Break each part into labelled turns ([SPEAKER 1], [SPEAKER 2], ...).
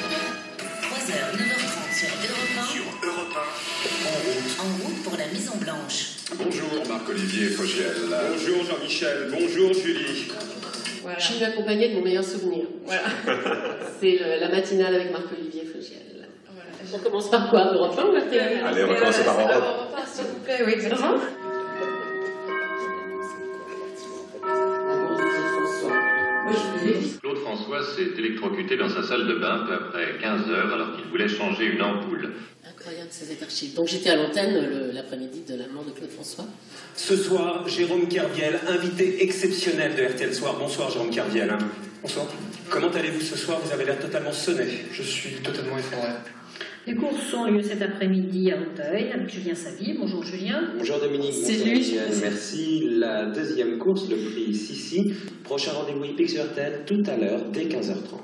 [SPEAKER 1] 3h, 9h30 sur Europe
[SPEAKER 2] Sur Europe
[SPEAKER 1] 1, en route pour la Maison Blanche.
[SPEAKER 2] 1. Bonjour Marc-Olivier Fogiel.
[SPEAKER 3] Bonjour Jean-Michel, bonjour Julie.
[SPEAKER 4] Voilà.
[SPEAKER 5] Je suis accompagnée de mon meilleur souvenir.
[SPEAKER 4] Voilà.
[SPEAKER 5] C'est le- la matinale avec Marc-Olivier Fogiel. On
[SPEAKER 4] Voilà.
[SPEAKER 5] commence par quoi Europe 1 ou RTL
[SPEAKER 2] Allez, on va commencer par Europe.
[SPEAKER 4] Ah, Europe 1, s'il vous plaît, oui, exactement.
[SPEAKER 6] Claude François s'est électrocuté dans sa salle de bain peu après 15 heures alors qu'il voulait changer une ampoule.
[SPEAKER 5] Incroyable ces archives. Donc j'étais à l'antenne le- l'après-midi de la mort de Claude François.
[SPEAKER 3] Ce soir, Jérôme Kerviel, invité exceptionnel de RTL Soir. Bonsoir Jérôme Kerviel. Bonsoir. Comment allez-vous ce soir Vous avez l'air totalement sonné.
[SPEAKER 7] Je suis totalement effondré.
[SPEAKER 8] Les courses ont lieu cet après-midi à Auteuil avec Julien Sabi. Bonjour Julien.
[SPEAKER 9] Bonjour Dominique,
[SPEAKER 4] C'est
[SPEAKER 9] bonjour
[SPEAKER 4] lui.
[SPEAKER 9] Julianne, merci. La deuxième course, le prix Sissi. Prochain rendez-vous hippique sur RTL tout à l'heure dès 15h30.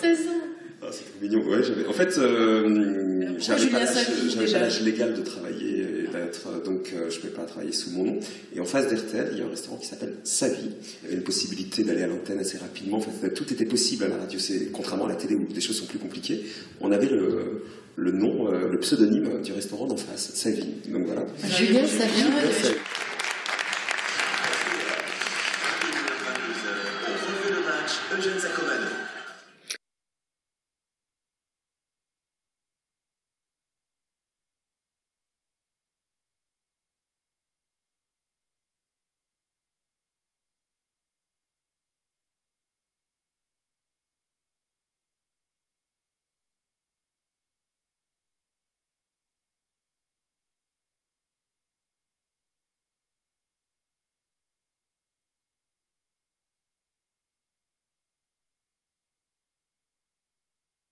[SPEAKER 5] 16 ans
[SPEAKER 10] Ah, c'est trop mignon. Ouais, j'avais... En fait, euh, j'avais
[SPEAKER 4] Julien
[SPEAKER 10] pas l'âge,
[SPEAKER 4] Savi,
[SPEAKER 10] j'avais
[SPEAKER 4] déjà
[SPEAKER 10] pas l'âge légal de travailler et d'être. euh, Donc, euh, je ne peux pas travailler sous mon nom. Et en face d'RTL, il y a un restaurant qui s'appelle Savi. Il y avait une possibilité d'aller à l'antenne assez rapidement. Enfin, c'était- tout était possible à la radio. C'est contrairement à la télé où les choses sont plus compliquées. On avait le, le nom, euh, le pseudonyme du restaurant d'en face, Savi. Donc voilà.
[SPEAKER 4] Ah,
[SPEAKER 5] Julien Savien.
[SPEAKER 2] On refait le match Eugène Sacomano.